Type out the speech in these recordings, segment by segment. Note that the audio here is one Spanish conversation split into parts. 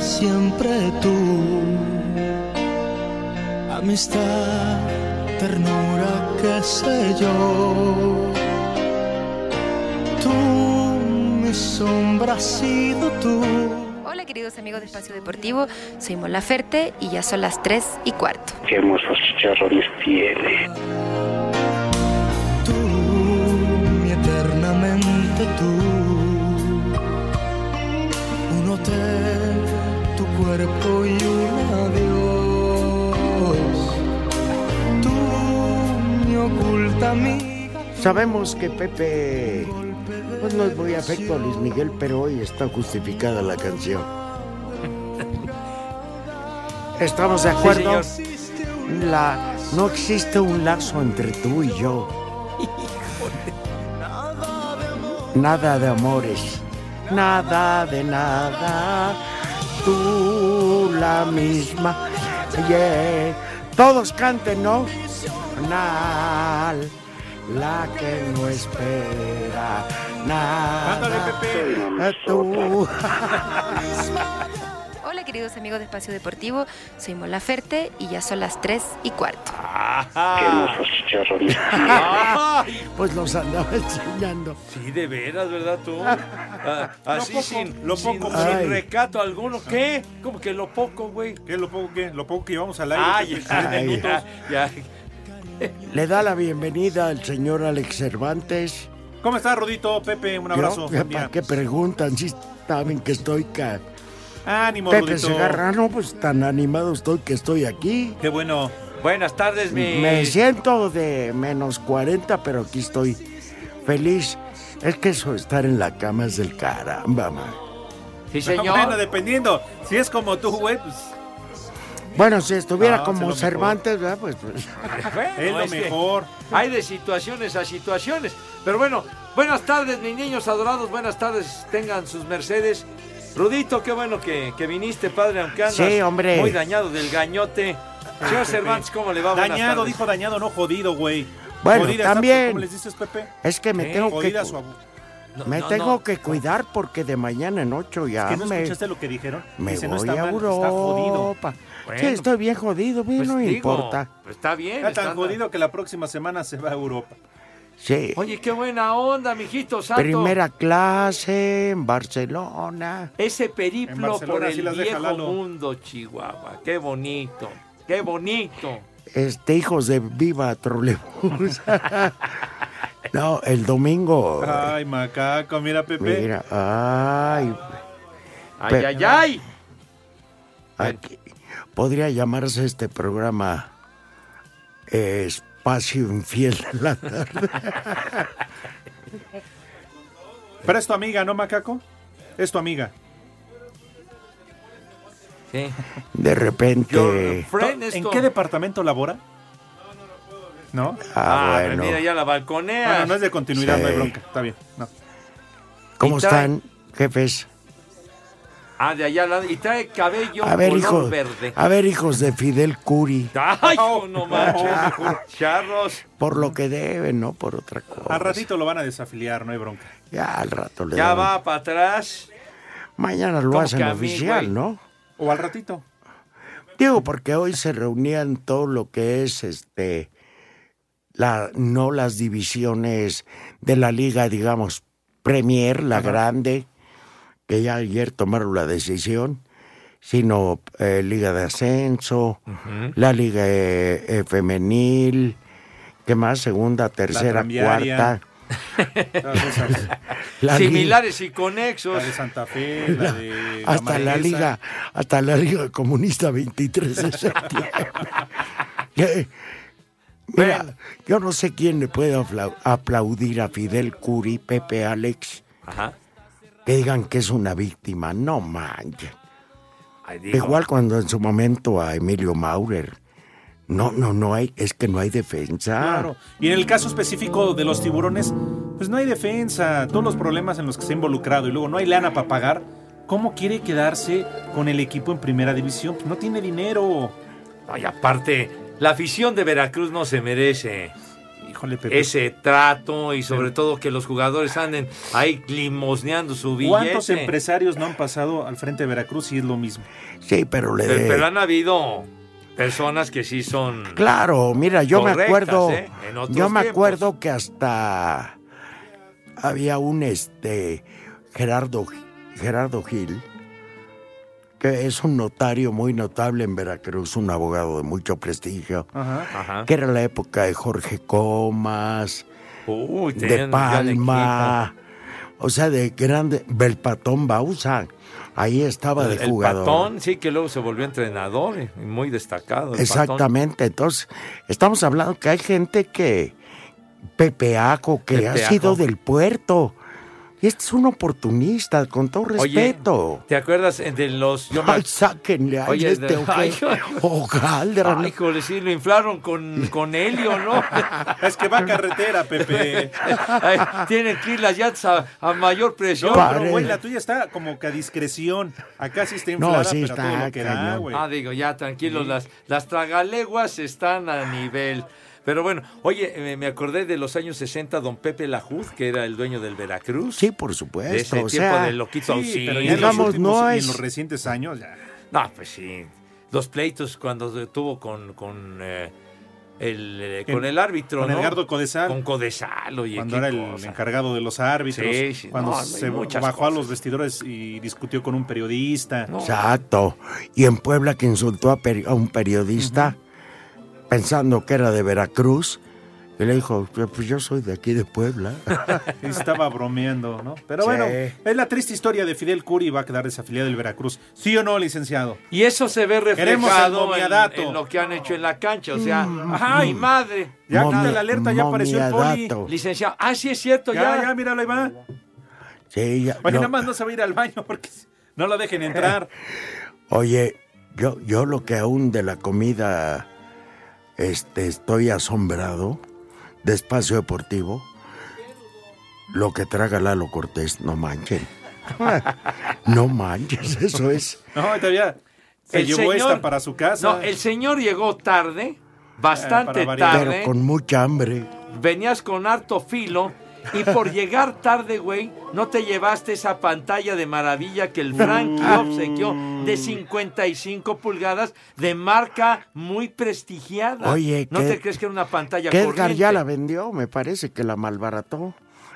siempre tú. Amistad, ternura, qué sé yo. Tú, mi sombra, has sido tú. Hola queridos amigos de Espacio Deportivo, soy Mola Ferte y ya son las 3 y cuarto. Qué hermosos chicharrones tiene. Tú, mi eternamente tú. Un hotel cuerpo y un adiós. Tú me oculta mi. Sabemos que Pepe pues no es muy afecto a Luis Miguel, pero hoy está justificada la canción. Estamos de acuerdo. Sí, la, no existe un lazo entre tú y yo. Nada de amores. Nada de nada tú la misma. Yeah. Todos canten, ¿no? Nal, la que no espera nada. Pepe. Tú. Hola queridos amigos de Espacio Deportivo, soy Mola Ferte y ya son las 3 y cuarto. Ah, Qué hermosos chicharrones. Pues los andaba enseñando. Sí, de veras, ¿verdad tú? Ah, así poco, sin, lo sin- poco, sin ay. recato alguno. ¿Qué? ¿Cómo que lo poco, güey? ¿Qué es lo poco que, lo poco que llevamos al aire? Ah, Pepe? ya, Ay. ya, ya. Le da la bienvenida al señor Alex Cervantes. ¿Cómo estás, Rodito? Pepe, un abrazo. Yo, Mira. ¿Para qué preguntan? Si saben que estoy acá. Ánimo, Pepe Rodito. Segarra, no, pues tan animado estoy que estoy aquí. Qué bueno. Buenas tardes, mi... Me siento de menos 40, pero aquí estoy feliz. Es que eso de estar en la cama es del caramba, man. Sí, Bueno, señor. dependiendo. Si es como tú, güey, pues Bueno, si estuviera No, Ah, se como lo Cervantes, ¿verdad? Pues, pues, Bueno, es lo es que mejor. Hay de situaciones a situaciones. Pero bueno, buenas tardes, mis niños adorados. Buenas tardes, tengan sus mercedes. Rudito, qué bueno que, que viniste, padre, aunque andas Sí, hombre. muy dañado del gañote. Señor Cervantes, ¿cómo le va? Buenas Dañado, tardes. dijo dañado, no jodido, güey. Bueno, Jodida, ¿sabes también. ¿Cómo les dices, Pepe? es que me Eh, tengo que, Jodida cu- su abu- No, me no, tengo no. que cuidar porque de mañana en ocho ya ¿Que no me, escuchaste lo que dijeron? me Dice, voy no está a mal, está jodido. Europa. sí, Bueno. estoy bien jodido, bien, Pues no digo, importa. pues está bien. Está tan están- jodido que la próxima semana se va a Europa. Sí, Oye, qué buena onda, mijito santo. primera clase en Barcelona. Ese Ah. En periplo Barcelona por el sí las deja viejo Lalo. mundo, Chihuahua. Qué bonito, qué bonito. Este, hijos de viva trolebús. no, el domingo. Ay, macaco, mira, Pepe. Mira, ay, Ay, Pero- ay, ay. aquí- podría llamarse este programa eh, Espacio Infiel de la Tarde. Pero es tu amiga, ¿no, macaco? Es tu amiga. Sí. De Your repente. friend is ¿En to- qué departamento labora? No, Ah, pues bueno. Mira, ya la balconea. Bueno, no es de continuidad, Sí. no hay bronca. Está bien. No. ¿Cómo Y trae- están, jefes? Ah, de allá. la- Y trae cabello A ver, color hijos. verde. A ver, hijos de Fidel Curi. Ay, hijo, no manches. no. Charros. Por lo que deben, no por otra cosa. Al ratito lo van a desafiliar, no hay bronca. Ya al rato le Ya dan. va para atrás. Mañana lo Como hacen que a mí, oficial, güey. ¿no? O al ratito. Digo, porque hoy se reunían todo lo que es este la no las divisiones de la liga, digamos, Premier, la grande, que ya ayer tomaron la decisión, sino eh, liga de ascenso, la liga eh, eh, femenil, que más segunda, tercera, tranviaria. cuarta, La de esas- la li- Similares y la conexos. de Santa Fe, la de. hasta la Amaresa. liga, hasta la liga comunista 23 de septiembre. Que- Mira, Bueno. yo no sé quién le puede apla- aplaudir a Fidel Curi, Pepe Alex, Ajá. que digan que es una víctima. No manches. Ay, digo, Igual cuando en su momento a Emilio Maurer. No, no, no hay, es que no hay defensa. Claro. Y en el caso específico de los tiburones, pues no hay defensa, todos los problemas en los que se ha involucrado y luego no hay lana para pagar. ¿Cómo quiere quedarse con el equipo en primera división? Pues no tiene dinero. Ay, aparte, la afición de Veracruz no se merece Híjole, Pepe. ese trato y sobre todo que los jugadores anden ahí limosneando su billete. ¿Cuántos empresarios no han pasado al frente de Veracruz y es lo mismo? Sí, pero le. Pero, pero han habido personas que sí son... Claro, mira, yo me Correctas, acuerdo, ¿eh? En otros yo me tiempos. acuerdo que hasta había un este Gerardo Gerardo Gil que es un notario muy notable en Veracruz, un abogado de mucho prestigio, Ajá. Ajá. que era la época de Jorge Comas, Uy, de tenían ya el Palma, o sea, de grande Belpatón Bausa, ahí estaba de equipo. El jugador. patón, sí, que luego se volvió entrenador, eh, muy destacado. el Patón. Exactamente, entonces estamos hablando que hay gente que, pepeaco, que ha Pepeaco. sido del puerto. Y este es un oportunista, con todo Oye, respeto. ¿Te acuerdas eh, de los... yo me- Ay, sáquenle a Oye, este de- oje- ay, hojaldra, Ay, híjole, sí, lo inflaron con, con helio, ¿no? Es que va a carretera, Pepe. Ay, tienen que ir las yates a, a mayor presión. No, Pare. pero güey, la tuya está como que a discreción. Acá sí está No, inflada, sí pero a todo está lo que da, cañón. güey. Ah, digo, ya, tranquilos, las, las tragaleguas están a nivel. Pero bueno, oye, eh, me, me acordé de los años 60, don Pepe Lajuz, que era el dueño del Veracruz. Sí, por de ese supuesto. O tiempo sea, de loquito Sí, auxilio. pero ya en los Digamos, últimos- no y es- en los recientes años ya. No, pues sí. Los pleitos cuando tuvo con, con, eh, el, eh, con En- el árbitro, Con ¿no? Edgardo Codesal. Con Codesal, oye, cuando qué era el cosa. encargado de los árbitros, Sí, sí, cuando no, hay se bajó muchas a cosas. los vestidores y discutió con un periodista. No. Exacto. Y en Puebla que insultó a, peri- a un periodista pensando que era de Veracruz. Y le dijo, pues yo soy de aquí de Puebla. Estaba bromeando, ¿no? Pero Sí. bueno, es la triste historia de Fidel Curi va a quedar desafiliado del Veracruz. ¿Sí o no, licenciado? Y eso se ve Queremos el reflejado en, momiadato. en lo que han hecho en la cancha. O sea, Mm. ¡ay, madre! Ya Momia- quita la alerta, ya apareció el poli. momiadato. Licenciado, ah, sí es cierto, Ya, ya. ya, míralo, ahí va. Sí, ya- Oye, no. Eh, nada más no se va a ir al baño porque no lo dejen entrar. Oye, yo, yo lo que aún de la comida este, estoy asombrado, de espacio deportivo, lo que traga Lalo Cortés, no manchen. no manches, eso es. No, todavía se El llevó señor- esta para su casa. No, el señor llegó tarde, bastante Eh, para variar. Pero tarde. con mucha hambre. Venías con harto filo. Y por llegar tarde, güey, no te llevaste esa pantalla de maravilla que el Frankie obsequió de 55 pulgadas de marca muy prestigiada. Oye, ¿no que- te crees que era una pantalla Que Edgar corriente? ya la vendió, me parece que la malbarató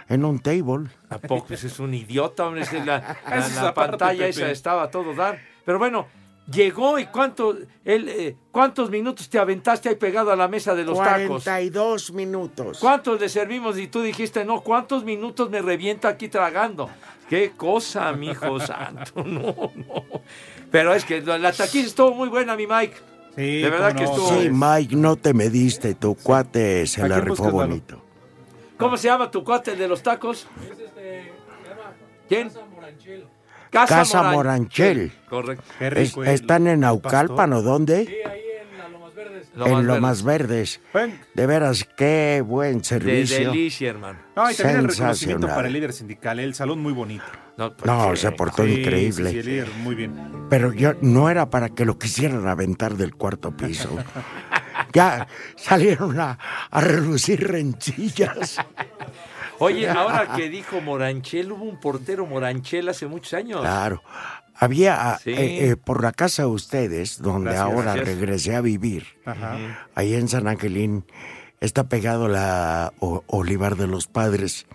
en un table. ¿A poco ese pues, es un idiota, hombre? Esa es la, la- Ese es la aparte, pantalla Pepe. esa estaba a todo dar. Pero bueno, llegó y cuánto, él, eh, cuántos minutos te aventaste ahí pegado a la mesa de los tacos. 42 minutos. ¿Cuántos le servimos? Y tú dijiste, no, ¿cuántos minutos me reviento aquí tragando? Qué cosa, mi hijo santo. No, no. Pero es que la la taquiza estuvo muy buena, mi Mike. Sí, De verdad cómo que estuvo- Sí, Mike, no te mediste, tu cuate se ¿A la quién rifó buscas, Lalo? bonito. ¿Cómo se llama tu cuate, el de los tacos? ¿Quién? Casa, Casa Moran- Moranchel. Correcto. Qué Es- rico el- están en pastor. Naucalpan o dónde? en Lomas Verdes. Bueno, De veras, qué buen De servicio. delicia, hermano. no, y también el reconocimiento Sensacional. para el líder sindical, el salón muy bonito. No, pues, No, sí. se portó Sí, increíble. sí, sí, el líder, muy bien. Pero yo no era para que lo quisieran aventar del cuarto piso. ya salieron a, a relucir rencillas. Oye, ahora que dijo Moranchel, hubo un portero Moranchel hace muchos años. Claro. Había Sí. eh, eh, por la casa de ustedes, donde Gracias, ahora gracias. regresé a vivir, Ajá. ahí en San Angelín, está pegado la O- Olivar de los Padres.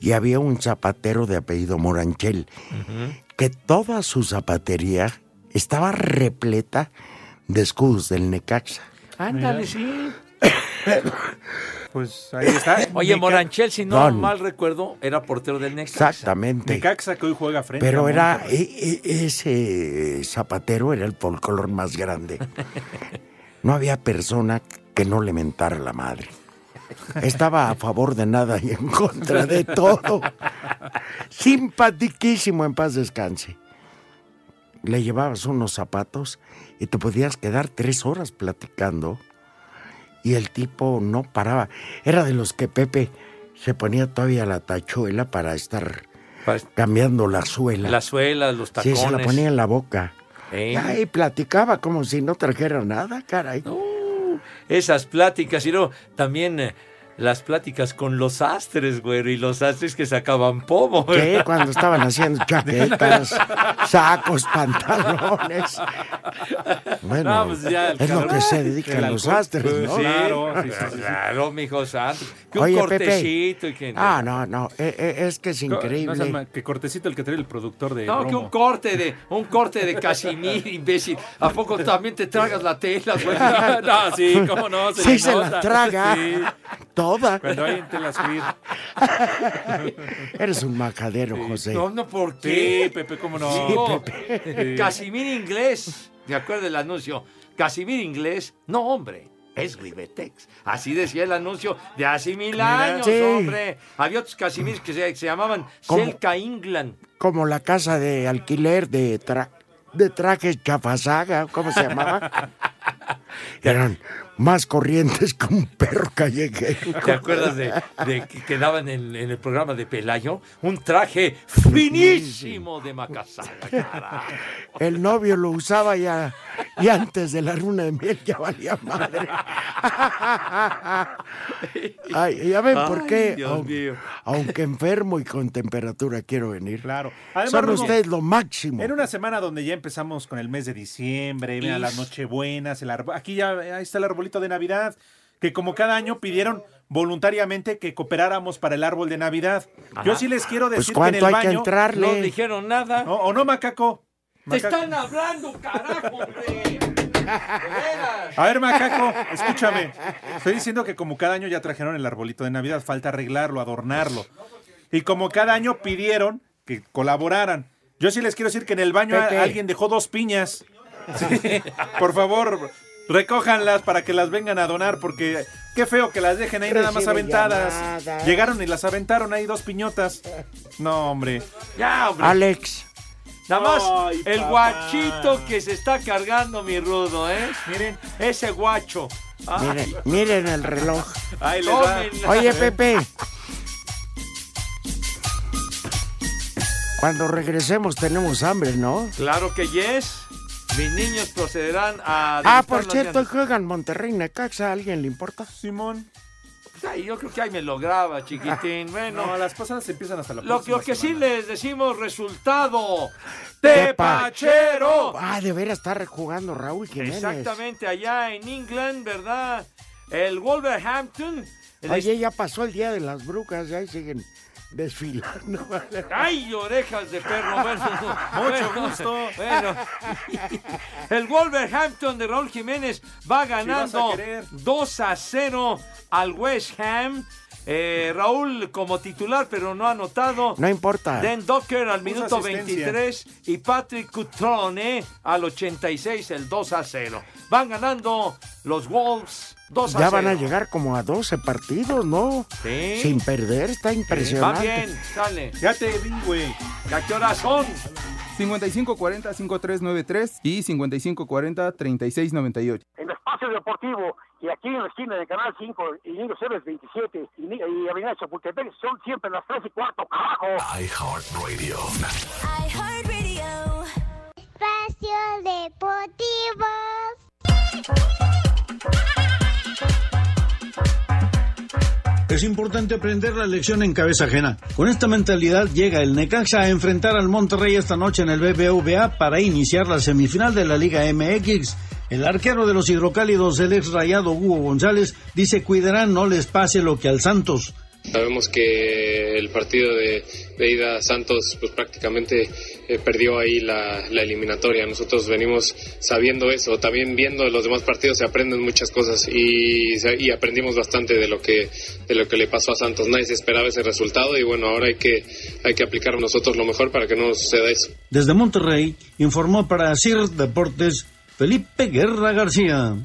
Y había un zapatero de apellido Moranchel, que toda su zapatería estaba repleta de escudos del Necaxa. Ándale, sí. Pues ahí está. Oye, Neca- Moranchel, si no Don. mal recuerdo, era portero del Necaxa. Exactamente. Necaxa que hoy juega frente. Pero a era Monterrey. e- e- ese zapatero era el folclor más grande. No había persona que no le mentara la madre. Estaba a favor de nada y en contra de todo. Simpatiquísimo, en paz descanse. Le llevabas unos zapatos y te podías quedar tres horas platicando. Y el tipo no paraba. Era de los que Pepe se ponía todavía la tachuela para estar Para- cambiando eh, la suela. Las suelas, los sí, tacones. se la ponía en la boca. ¿eh? Ay, platicaba como si no trajera nada, caray. No, esas pláticas, y luego también eh, las pláticas con los astres, güero, y los astres que sacaban pomo. Que cuando estaban haciendo chaquetas, sacos, pantalones. Bueno, No, pues ya, el es lo calor. que se El dedican los alcohol, astres, pues, ¿no? sí. Claro, Claro, sí, sí, sí, sí. claro, mijo santo. Que un Oye, cortecito y que. Pepe. Ah, no, no, eh, eh, es que es Co- no seas increíble. ma- que cortecito el que trae el productor de. No, Bromo. que un corte de un corte de Casimir, imbécil. ¿A poco también te tragas la tela, güey? no, sí, cómo no. Sí, le se la nota. traga Sí, toda. Cuando hay en telas Creed. Eres un majadero, José. No, no, ¿por qué? Sí, Pepe, cómo no. Digo, Casimir Inglés, de acuerdo el anuncio, Casimir Inglés, no hombre, es Ribetex. Así decía el anuncio de hace mil años, Sí. hombre. Había otros Casimirs que se, que se llamaban ¿Cómo? Selca England. Como la casa de alquiler de, tra- de trajes chafasaga, ¿cómo se llamaba? Eran más corrientes que un perro callejero. ¿Te acuerdas de, de que quedaban en, en el programa de Pelayo? Un traje finísimo de Macasaga, carajo. El novio lo usaba ya y antes de la luna de miel ya valía madre. Ay, ya ven por Ay, qué, Dios aun- aunque, mío. enfermo y con temperatura quiero venir. Claro. Además, Son Rudo, ustedes lo máximo. Era una semana donde ya empezamos con el mes de diciembre, mira, las nochebuenas, el arbo- aquí ya ahí está el arbolito de Navidad, que como cada año pidieron voluntariamente que cooperáramos para el árbol de Navidad. Yo sí les quiero Pues decir que en cuánto el hay que baño... No entrarle. dijeron nada. No, ¿O no, Macaco? ¡Te Macaco. están hablando, carajo, hombre! ¡De veras! A ver, Macaco, escúchame. Estoy diciendo que como cada año ya trajeron el arbolito de Navidad, falta arreglarlo, adornarlo. Y como cada año pidieron que colaboraran. Yo sí les quiero decir que en el baño a- Pepe. alguien dejó dos piñas. Sí, Por favor, recójanlas para que las vengan a donar, porque qué feo que las dejen ahí nada más Recibe aventadas. llamadas. Llegaron y las aventaron ahí dos piñotas. No, hombre. Ya, hombre. Alex, Nada más Ay, el papá. guachito que se está cargando mi rudo, ¿eh? Miren, Ese guacho. Ah, miren, miren el reloj. ahí les va. tómenla. Oye, Pepe. Cuando regresemos tenemos hambre, ¿no? Claro que yes. Mis niños procederán a. Ah, degustar por las cierto, viandas. juegan Monterrey Necaxa, ¿a alguien le importa? Simón. Ay, yo creo que Pues ahí me lo graba, chiquitín. Bueno, No, las pasadas empiezan hasta la lo que, lo que sí semana. les decimos resultado. ¡Tepachero! Ah, de veras está jugando Raúl Jiménez. Exactamente, allá en England, ¿verdad? El Wolverhampton. el Oye, ya pasó el día de las brujas, ya ahí siguen desfilando. ¡Ay, orejas de perro! Bueno, Mucho bueno, gusto. Bueno, el Wolverhampton de Raúl Jiménez va ganando vas a querer. 2 a 0 al West Ham. Eh, Raúl como titular, pero no ha anotado. No importa. Den Docker al minuto asistencia. 23 y Patrick Cutrone al 86, el 2 a 0. Van ganando los Wolves 2 a Ya 0. van a llegar como a 12 partidos, ¿no? Sí. Sin perder, está Va impresionante. bien, sale. Ya te vi, güey. ¿A qué hora son? 5540-5393 y 5540-3698. en Espacio Deportivo y aquí en la esquina de Canal 5 y Niño Ceres 27 y, Ni- y Avenida Chapultepec son siempre las 3 y cuarto, carajo. Espacio Deportivo. Es importante aprender la lección en cabeza ajena. Con esta mentalidad llega el Necaxa a enfrentar al Monterrey esta noche en el BBVA para iniciar la semifinal de la Liga MX. El arquero de los hidrocálidos, el ex rayado Hugo González, dice cuidarán no les pase lo que al Santos. Sabemos que el partido de, de ida a Santos pues prácticamente eh, perdió ahí la, la, eliminatoria. Nosotros venimos sabiendo eso, también viendo los demás partidos se aprenden muchas cosas y, y, aprendimos bastante de lo que de lo que le pasó a Santos. Nadie se esperaba ese resultado y bueno, ahora hay que hay que aplicar nosotros lo mejor para que no suceda eso. Desde Monterrey informó para CIR Deportes Felipe Guerra García.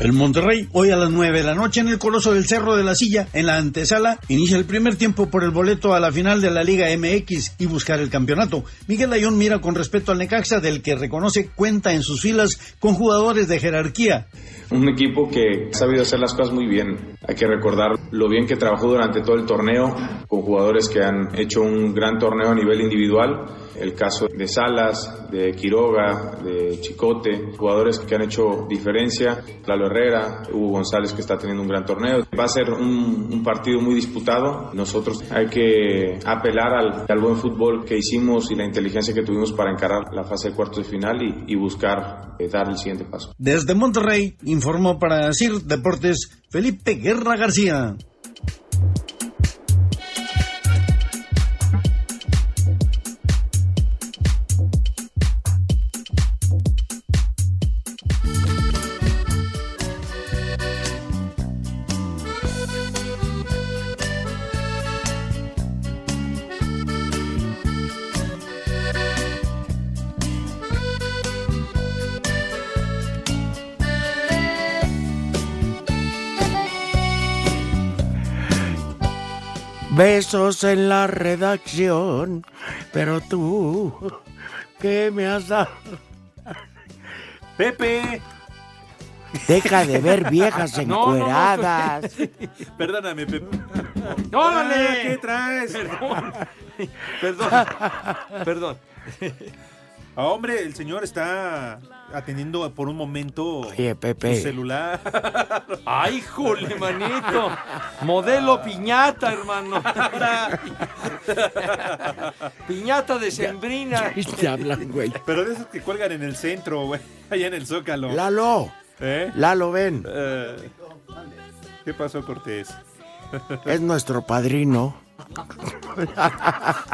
El Monterrey, hoy a las 9 de la noche en el Coloso del Cerro de la Silla, en la antesala, inicia el primer tiempo por el boleto a la final de la Liga MX y buscar el campeonato. Miguel Ayón mira con respeto al Necaxa, del que reconoce cuenta en sus filas con jugadores de jerarquía. Un equipo que ha sabido hacer las cosas muy bien. Hay que recordar lo bien que trabajó durante todo el torneo, con jugadores que han hecho un gran torneo a nivel individual. El caso de Salas, de Quiroga, de Chicote, jugadores que han hecho diferencia. Lalo Herrera, Hugo González que está teniendo un gran torneo. Va a ser un, un partido muy disputado. Nosotros hay que apelar al, al, buen fútbol que hicimos y la inteligencia que tuvimos para encarar la fase de cuartos de final y, y buscar eh, dar el siguiente paso. Desde Monterrey informó para decir Deportes Felipe Guerra García. besos en la redacción, pero tú, ¿qué me has dado? Pepe. Deja de ver viejas pues, encueradas. No, no, no, Perdóname, Pepe. Ah, ¡Órale! ¿Qué traes? Perdón. Perdón. Perdón. Ah, hombre, el señor está atendiendo por un momento Oye, Pepe. su celular. ¡Ay, jole, manito! Modelo piñata, hermano. piñata de sembrina. Ya, hablan, güey. Pero de esos que cuelgan en el centro, güey. Allá en el Zócalo. Lalo. ¿Eh? Lalo, ven. Eh, ¿Qué pasó, Cortés? es nuestro padrino.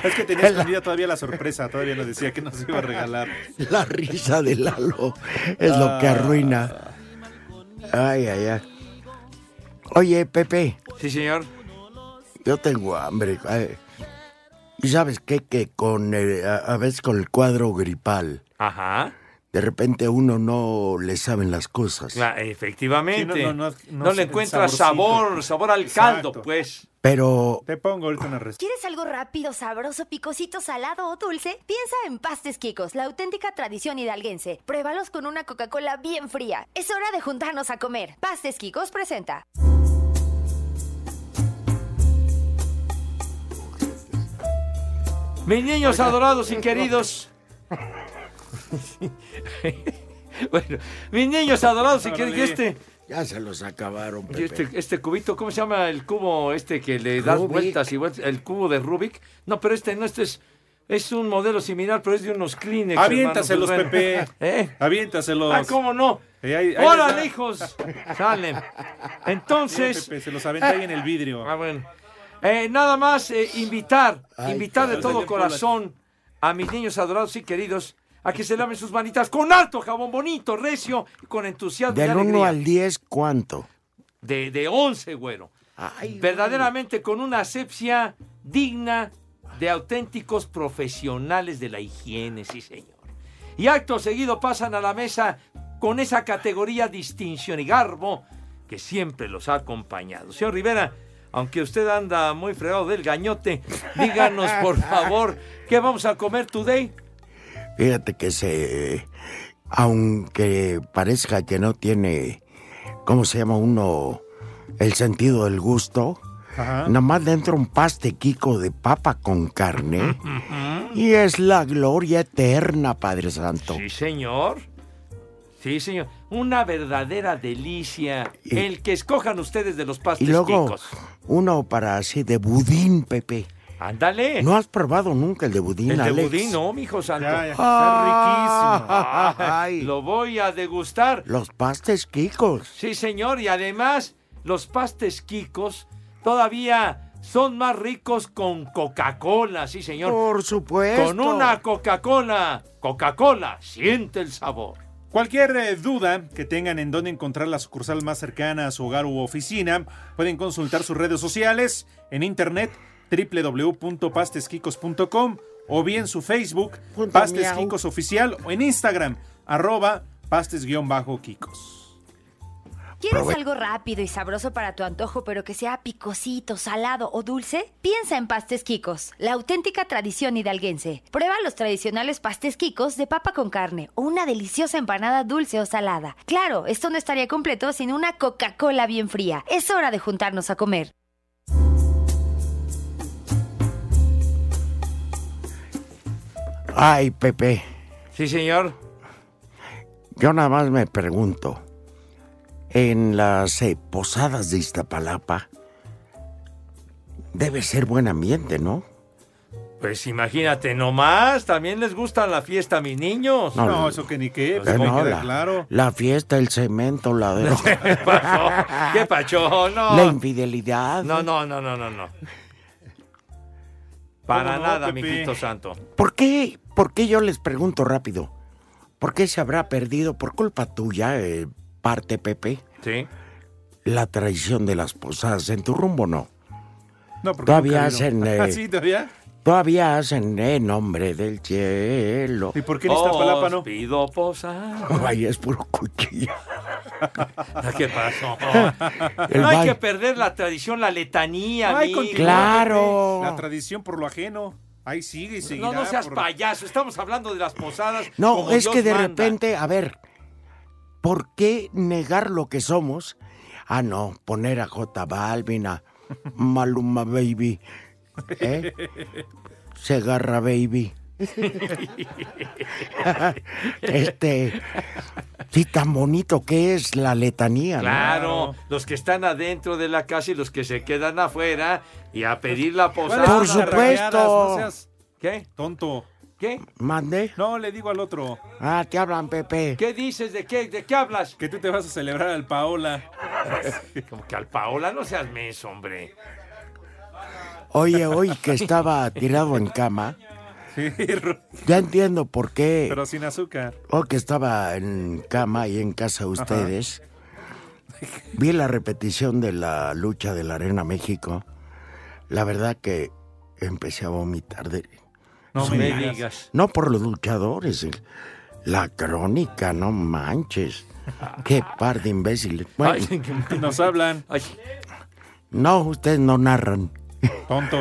Es que tenía escondida todavía la sorpresa, todavía nos decía que nos iba a regalar. La risa de Lalo es ah. lo que arruina. Ay, ay, ay. Oye, Pepe. Sí, señor. Yo tengo hambre. ¿Y sabes qué? Que con el, a veces con el cuadro gripal. Ajá. De repente a uno no le saben las cosas. Claro, efectivamente. Sí, no, no, no, no le encuentra sabor, sabor al Exacto. caldo, pues. Pero. Te pongo ahorita una receta. ¿Quieres algo rápido, sabroso, picosito, salado o dulce? Piensa en Pastes Quicos, la auténtica tradición hidalguense. Pruébalos con una Coca-Cola bien fría. Es hora de juntarnos a comer. Pastes Quicos presenta. Mis niños adorados y queridos. bueno, mis niños adorados y queridos. Este, ya se los acabaron, Pepe. Este, este, cubito, ¿cómo se llama el cubo este que le das Rubik. vueltas y vueltas? El cubo de Rubik. No, pero este no, este es, es un modelo similar, pero es de unos Kleenex. Ah, Aviéntaselos, hermano. Pepe. ¿Eh? Aviéntaselos. pues, Ah, ¿cómo no? Eh, ahí, ahí ¡Órale, hijos! Salen. Entonces. Mira, Pepe, se los aventé ahí en el vidrio. Ah, bueno. Eh, nada más eh, invitar, Ay, invitar de todo corazón a mis niños adorados y queridos a que se laven sus manitas con alto jabón bonito, recio, con entusiasmo. Del y 1 al 10, ¿cuánto? De, de 11, güero. Ay, Verdaderamente güey. con una asepsia digna de auténticos profesionales de la higiene, sí, señor. Y acto seguido pasan a la mesa con esa categoría, distinción y garbo que siempre los ha acompañado. Señor Rivera, aunque usted anda muy fregado del gañote, díganos por favor, ¿qué vamos a comer today? Fíjate que se. Aunque parezca que no tiene. ¿Cómo se llama uno? El sentido del gusto. Ajá. Nomás dentro un pastequico de papa con carne. Ajá. Y es la gloria eterna, Padre Santo. Sí, señor. Sí, señor. Una verdadera delicia. El que escojan ustedes de los Y pastes luego quicos. uno para así de budín, Pepe. Ándale. ¿No has probado nunca el de budín, El de Alex? budín, no, mijo santo. Ya, ya, está Ah, riquísimo. ay, Lo voy a degustar. Los pastes quicos. Sí, señor. Y además, los pastes quicos todavía son más ricos con Coca-Cola, sí, señor. Por supuesto. Con una Coca-Cola. Coca-Cola, siente el sabor. Cualquier eh, duda que tengan en dónde encontrar la sucursal más cercana a su hogar u oficina, pueden consultar sus redes sociales en internet www.pastesquicos.com o bien su Facebook Pastes miau. Quicos Oficial o en Instagram arroba pastes-quicos. ¿Quieres Prove- algo rápido y sabroso para tu antojo, pero que sea picosito, salado o dulce? Piensa en pastes quicos, la auténtica tradición hidalguense. Prueba los tradicionales pastes quicos de papa con carne o una deliciosa empanada dulce o salada. Claro, esto no estaría completo sin una Coca-Cola bien fría. Es hora de juntarnos a comer. Ay, Pepe, Sí, señor. yo nada más me pregunto. En las eh, posadas de Iztapalapa debe ser buen ambiente, ¿no? Pues imagínate nomás, también les gusta la fiesta a mis niños. No, No, eso Pues, que ni qué, Eh, no, la, la fiesta, el cemento, la droga, ¿Qué pasó? ¿Qué pacho? No. la infidelidad. No, no, no, no, no, no. Para ¿Cómo no, nada, Pepe? mijito santo. ¿Por qué? ¿Por qué yo les pregunto rápido? ¿Por qué se habrá perdido por culpa tuya, eh, parte Pepe, Sí. la traición de las posadas en tu rumbo no? No, porque Todavía nunca vino. hacen, eh, Ah, sí, todavía. Todavía hacen en nombre del cielo. Oh. ¿Y por qué en Os Iztapalapa no? pido posada. Ay, eh. es puro cuchillo. ¿Qué pasó? El no hay que baile. perder la tradición, la letanía, Ay, mijo. continúa, Pepe. pues. La tradición por lo ajeno. Ahí sigue y seguirá. No, no seas por- payaso, estamos hablando de las posadas. No, como es Dios que de manda. repente, a ver, ¿por qué negar lo que somos? Ah, no, poner a J Balvin, a Maluma Baby, ¿eh? Segarra Baby. este, sí, tan bonito que es la letanía, ¿no? Claro, los que están adentro de la casa y los que se quedan afuera y a pedir la posada. Por supuesto. ¿Qué? Tonto. ¿Qué? Mande. No, le digo al otro. Ah, te hablan, Pepe. ¿Qué dices? ¿De qué? ¿De qué hablas? Que tú te vas a celebrar al Paola. Como que al Paola no seas mes, hombre. Oye, hoy que estaba tirado en cama, Sí, ya entiendo por qué. pero sin azúcar. Hoy Oh, que estaba en cama y en casa de ustedes, vi la repetición de la lucha de la Arena México. La verdad que empecé a vomitar. De... No Sí. me digas. No por los luchadores, el- la crónica, no manches. Qué par de imbéciles. Bueno, Ay, que- Nos hablan. Ay, no, ustedes no narran. Tonto.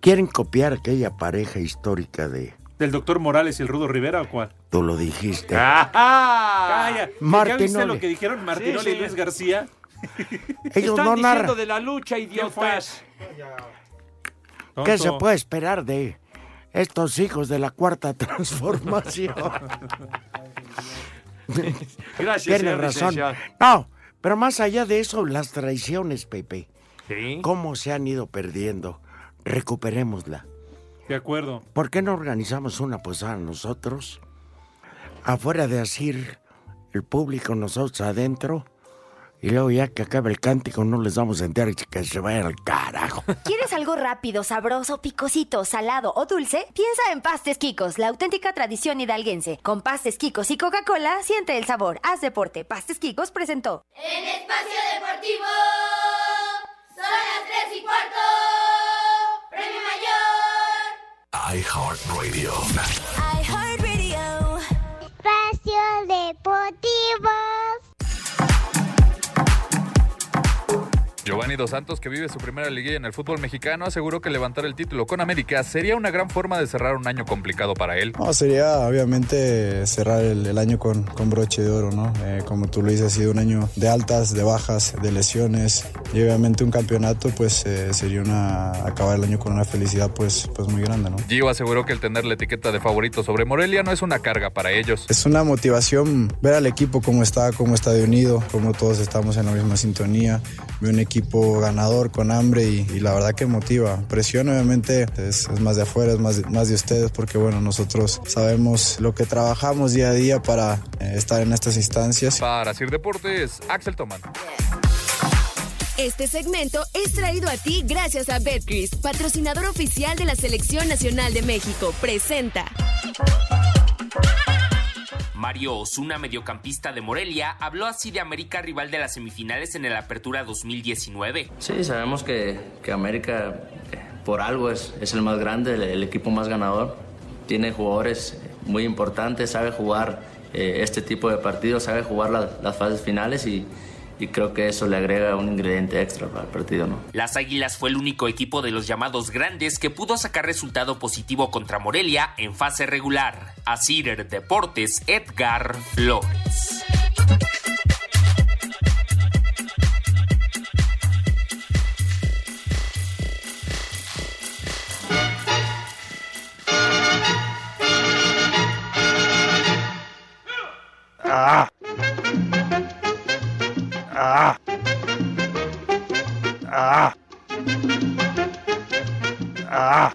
Quieren copiar aquella pareja histórica de... ¿Del doctor Morales y el Rudo Rivera o cuál? Tú lo dijiste. Calla. ¿Ya Martinoli. viste lo que dijeron Martinoli Ah. Sí, y sí. Luis García? Ellos Están no diciendo narran. de la lucha, idiotas. ¿Qué Tonto. se puede esperar de estos hijos de la cuarta transformación? Gracias, Tiene señor razón. licenciado. No, pero más allá de eso, las traiciones, Pepe. Sí. ¿Cómo se han ido perdiendo? Recuperémosla. De acuerdo. ¿Por qué no organizamos una posada nosotros? Afuera de asir, el público, nosotros adentro. Y luego ya que acabe el cántico, no les vamos a enterar que se vayan al carajo. ¿Quieres algo rápido, sabroso, picosito, salado o dulce? Piensa en Pastes Quicos, la auténtica tradición hidalguense. Con Pastes Quicos y Coca-Cola, siente el sabor. Haz deporte. Pastes Quicos presentó. En Espacio Deportivo son las 3 y cuarto. Premio Mayor. iHeartRadio. Espacio Deportivo. Giovanni Dos Santos, que vive su primera liguilla en el fútbol mexicano, aseguró que levantar el título con América sería una gran forma de cerrar un año complicado para él. No, sería obviamente cerrar el, el año con, con broche de oro, ¿no? Eh, como tú lo dices, ha sido un año de altas, de bajas, de lesiones, y obviamente un campeonato pues eh, sería una, acabar el año con una felicidad pues, pues muy grande, ¿no? Gio aseguró que el tener la etiqueta de favorito sobre Morelia no es una carga para ellos. Es una motivación ver al equipo cómo está, cómo está de unido, cómo todos estamos en la misma sintonía. Veo un equipo ganador, con hambre y, y la verdad que motiva. Presión obviamente es, es más de afuera, es más, de- más de ustedes porque bueno, nosotros sabemos lo que trabajamos día a día para eh, estar en estas instancias. Para Sir Deportes, Axel Tomán. Este segmento es traído a ti gracias a Betcris, patrocinador oficial de la Selección Nacional de México. Presenta. Mario Osuna, mediocampista de Morelia, habló así de América, rival de las semifinales en el Apertura 2019. Sí, sabemos que, que América eh, por algo es, es el más grande, el, el equipo más ganador. Tiene jugadores muy importantes, sabe jugar eh, este tipo de partidos, sabe jugar la- las fases finales y, y creo que eso le agrega un ingrediente extra para el partido, ¿no? Las Águilas fue el único equipo de los llamados grandes que pudo sacar resultado positivo contra Morelia en fase regular. A Cider Deportes, Edgar Flores. Ah. Ah. Ah. Ah.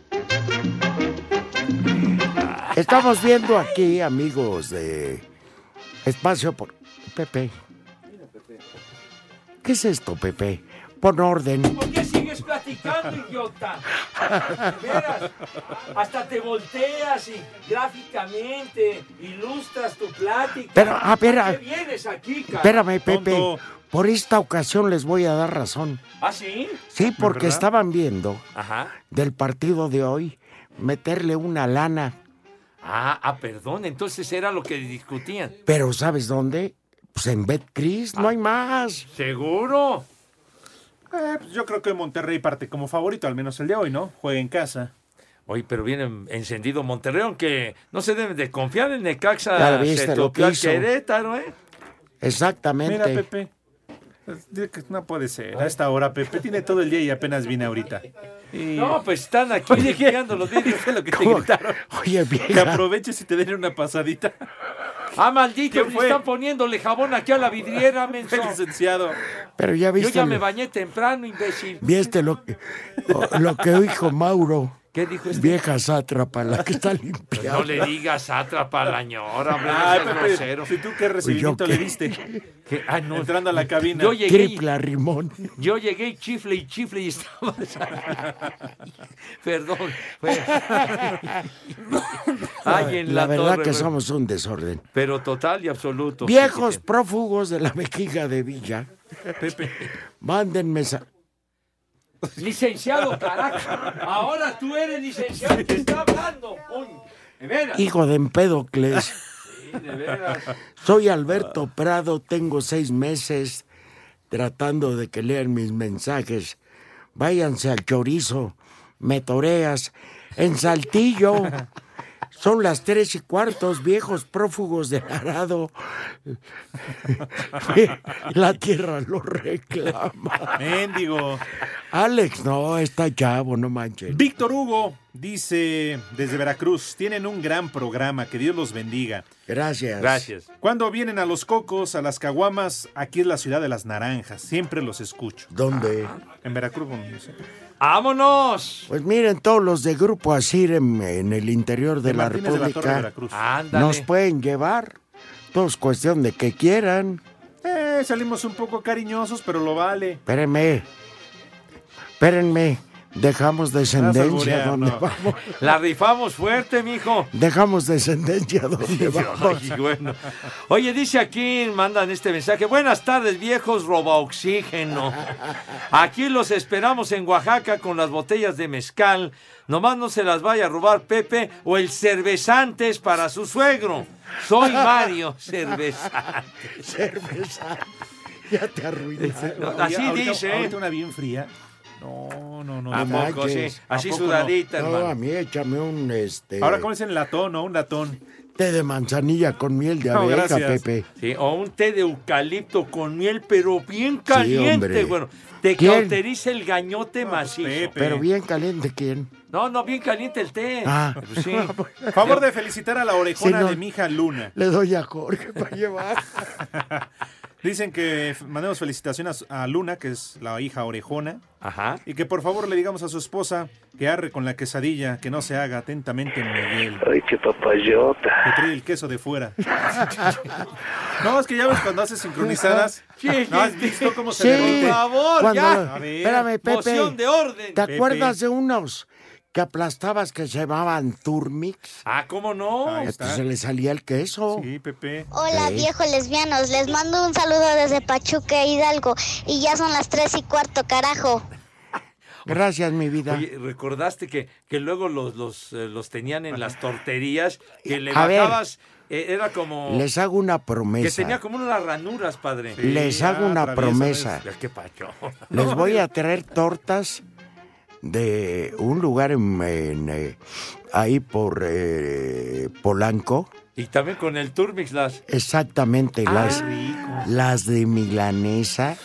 Estamos viendo aquí, amigos de Espacio por Pepe. ¿Qué es esto, Pepe? Pon orden. ¿Por qué sigues platicando, idiota? De veras, hasta te volteas y gráficamente ilustras tu plática. Pero, a ver, a- ¿Qué vienes aquí, cara? Espérame, Pepe. Por esta ocasión les voy a dar razón. ¿Ah, sí? Sí, porque ¿Verdad? estaban viendo Ajá. del partido de hoy meterle una lana, Ah, ah, perdón, entonces era lo que discutían. pero ¿sabes dónde? Pues en Betcris, Ah. no hay más. ¿Seguro? Eh, pues yo creo que Monterrey parte como favorito, al menos el de hoy, ¿no? Juega en casa. Oye, pero viene encendido Monterrey, aunque no se deben de confiar en Necaxa. Ya viste se lo topió que al hizo. Querétaro, ¿eh? Exactamente. Mira, Pepe. Es- di que No puede ser. A esta hora, Pepe. Tiene todo el día y apenas viene ahorita. Y- No, pues están aquí llegando los niños, es lo que te ¿Cómo? gritaron. Oye, Que aproveches y te den una pasadita. Ah, maldito, ¿Qué le fue? están poniéndole jabón aquí a la vidriera, menso. licenciado. Pero ya Yo viste, ya me lo- bañé temprano, imbécil. viste lo que, o- lo que dijo Mauro. ¿Qué dijo este? Vieja sátrapa, la que está Pues limpiando. no le digas sátrapa a la ñora, hombre, no Ay, seas Pepe, grosero. si tú qué recibimiento le diste. Entrando a la cabina. Ah, Yo llegué y- Tripla rimón. Yo llegué y chifle y chifle y estaba. Perdón. fue- Ay, en la, la verdad torre, que güey. somos un desorden. Pero total y absoluto. Viejos prófugos de la vejiga de Villa, Pepe. mándenme... sa- Licenciado, carajo. Ahora tú eres licenciado que está hablando. coño. De veras. Hijo de Empédocles. Sí, de veras. Soy Alberto Prado, tengo seis meses tratando de que lean mis mensajes. Váyanse al chorizo, me toreas, en Saltillo. Son las tres y cuartos, viejos prófugos de Arado. La tierra lo reclama. Mendigo. Alex, no, está chavo, no manches. Víctor Hugo dice desde Veracruz, tienen un gran programa, que Dios los bendiga. Gracias. Cuando vienen a los cocos, a las caguamas, aquí es la ciudad de las naranjas, siempre los escucho. Ah, ¿Dónde? En Veracruz, bueno, no sé. ¡Vámonos! Pues miren, todos los de Grupo Asir en, en el interior de, De la Martínez de la República Torre, Veracruz. Ándale. nos pueden llevar. Todo es cuestión de que quieran. Eh, salimos un poco cariñosos, pero lo vale. Espérenme. Espérenme. Dejamos descendencia alburear, donde no. vamos. La rifamos fuerte, mijo. Dejamos descendencia donde vamos. Ay, bueno. Oye, dice aquí, mandan este mensaje. Buenas tardes, viejos robaoxígeno. Aquí los esperamos en Oaxaca con las botellas de mezcal. Nomás no se las vaya a robar Pepe o el cervezantes para su suegro. Soy Mario Cervezantes. Cerveza. ah, Ya te arruiné. Este, No, así ahorita- dice, ¿eh? Ahorita una bien fría. No, no, no. ¿A no. poco, sí? manches. Así ¿A poco sudadita, Ah, No, hermano. a mí échame un este. Ahora, ¿cómo dicen latón o un latón? Té de manzanilla con miel de No, abeja, gracias. Pepe. Sí, o un té de eucalipto con miel, pero bien hombre. caliente, bueno. Te ¿Quién? cauteriza el gañote macizo. Pero bien caliente, ¿quién? No, no, bien caliente el té. Ah. Pues sí. Favor de felicitar a la orejona Sí, no. de mi hija Luna. Le doy a Jorge para llevar. Dicen que f- mandemos felicitaciones a Luna, que es la hija orejona. Ajá. Y que por favor le digamos a su esposa que arre con la quesadilla, que no se haga atentamente Miguel. Ay, qué papayota. Que trae el queso de fuera. no, es que ya ves cuando haces sincronizadas. ¿No has visto cómo se Sí, derrite? cuando lo- A ver. Espérame, Pepe. ¿Te Pepe. acuerdas de unos que aplastabas que se llamaban Turmix? Ah, ¿cómo no? Hasta se le salía el queso. Sí, Pepe. Hola Sí. viejos lesbianos, les mando un saludo desde Pachuca Hidalgo y ya son las tres y cuarto, carajo. Gracias, mi vida. Oye, ¿recordaste que, que luego los, los, eh, los tenían en las torterías? Que le A ver. bajabas, eh, era como... Les hago una Que promesa. tenía como unas ranuras, padre. ah, Les hago una promesa. Ya, qué pacho. Les voy a traer tortas de un lugar en, en, eh, ahí por eh, Polanco. Y también con el Turmix las... Exactamente, las, Ah, qué rico. las de milanesa,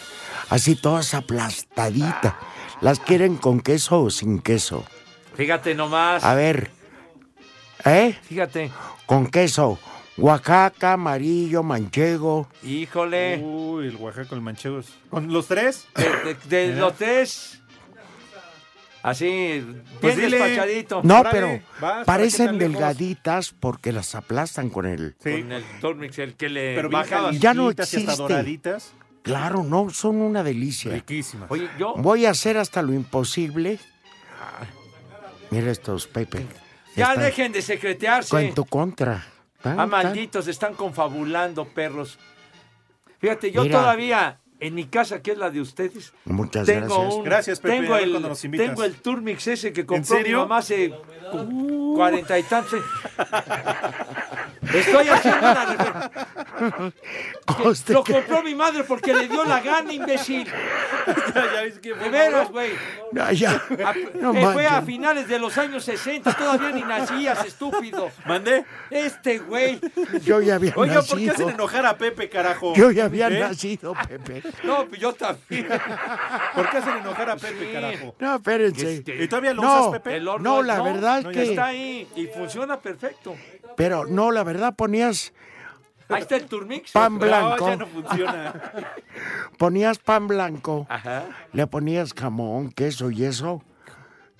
así todas aplastaditas. ¿Las quieren con queso o sin queso? Fíjate nomás. A ver, ¿eh? Fíjate. Con queso, Oaxaca, amarillo, manchego. Híjole. Uy, el Oaxaca, el manchego. es- ¿Con los tres? De, de Mira. los tres. Así, Pues bien dile. despachadito. No, Órale, pero vas, parecen ahora que tan lejos. delgaditas porque las aplastan con el... Con el Turmix, el que le Pero bien bajabas. Ya no calientitas y hasta existe. doraditas. Claro, no, son una delicia. Riquísimas. Oye, yo... Voy a hacer hasta lo imposible. Mira estos, Pepe. Ya Están dejen de secretearse. Con tu contra. Tan, Ah, tan. malditos, están confabulando, perros. Fíjate, yo Mira. todavía en mi casa, que es la de ustedes, Muchas tengo gracias. un. Gracias, Pepe, tengo a ver el, cuando nos invitas. Tengo el Turmix ese que compró mi serio? Uh. mamá hace cu- cuarenta y tantos. Estoy haciendo una refer- Conste Lo que- compró mi madre porque le dio la gana, imbécil. De veras, güey. No, ya. A- No eh, fue a manches. finales de los años 60, todavía ni nacías, estúpido. ¿Mandé? Este güey. Yo ya había Oiga, ¿por qué nacido. hacen enojar a Pepe, carajo? Oh, Yo ya había ¿Eh? nacido, Pepe. No, pues yo también. ¿Por qué hacen enojar a Pepe, carajo? No, espérense. Este- ¿Y todavía lo No. usas, Pepe? El horno No, es- la verdad no, es ya que- está ahí y funciona perfecto. Pero no, la verdad ponías Ahí está el turmix. Pan No, blanco. ya no funciona. ponías pan blanco, Ajá. le ponías jamón, queso y eso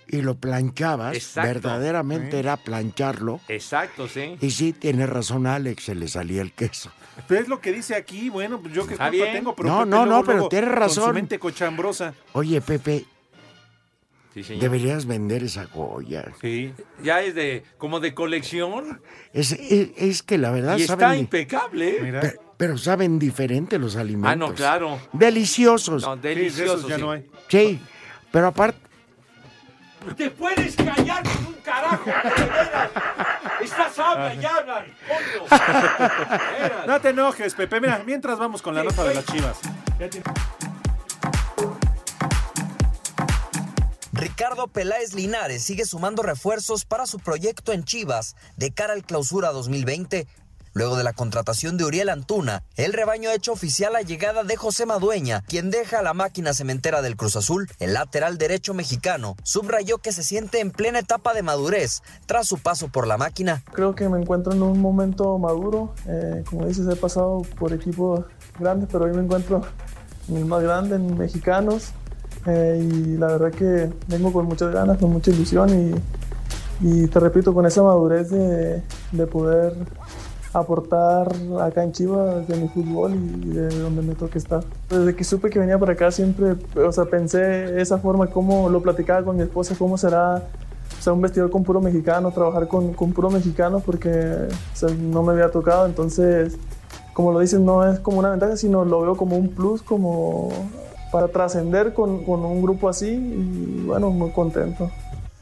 y lo planchabas. Exacto. Verdaderamente era plancharlo. Exacto, sí. Y sí, tiene razón Alex, se le salía el queso. Pero es lo que dice aquí, bueno, pues yo qué Está culpa bien. tengo, pero No, Pepe no, luego, no, pero luego, tienes Con su razón. mente cochambrosa. Oye, Pepe, Sí, señor. deberías vender esa joya. Sí. Ya es de como de colección Es, es- es que la verdad y está saben, impecable. ¿eh? Mira. pe- pero saben diferente los alimentos. Ah, no, claro. Deliciosos. No, Sí, de esos delicioso. ya sí. no hay. Sí, pero aparte, Te puedes callar con un carajo, de veras. Estás habla y hablan, coño. De veras. No te enojes, Pepe. Mira, mientras vamos con la nota de las chivas. Ricardo Peláez Linares sigue sumando refuerzos para su proyecto en Chivas de cara al clausura 2020. Luego de la contratación de Uriel Antuna, el rebaño ha hecho oficial la llegada de José Madueña, quien deja a la máquina cementera del Cruz Azul. El lateral derecho mexicano subrayó que se siente en plena etapa de madurez tras su paso por la máquina. Creo que me encuentro en un momento maduro. Eh, como dices, he pasado por equipos grandes, pero hoy me encuentro en el más grande, en mexicanos. Eh, y la verdad que vengo con muchas ganas, con mucha ilusión y, y te repito, con esa madurez de, de poder aportar acá en Chivas de mi fútbol y de donde me toque estar. Desde que supe que venía para acá siempre, o sea, pensé esa forma, como lo platicaba con mi esposa, cómo será o sea, un vestidor con puro mexicano, trabajar con, con puro mexicano porque o sea, no me había tocado. Entonces, como lo dices, no es como una ventaja, sino lo veo como un plus, como para trascender con, con un grupo así y bueno, muy contento.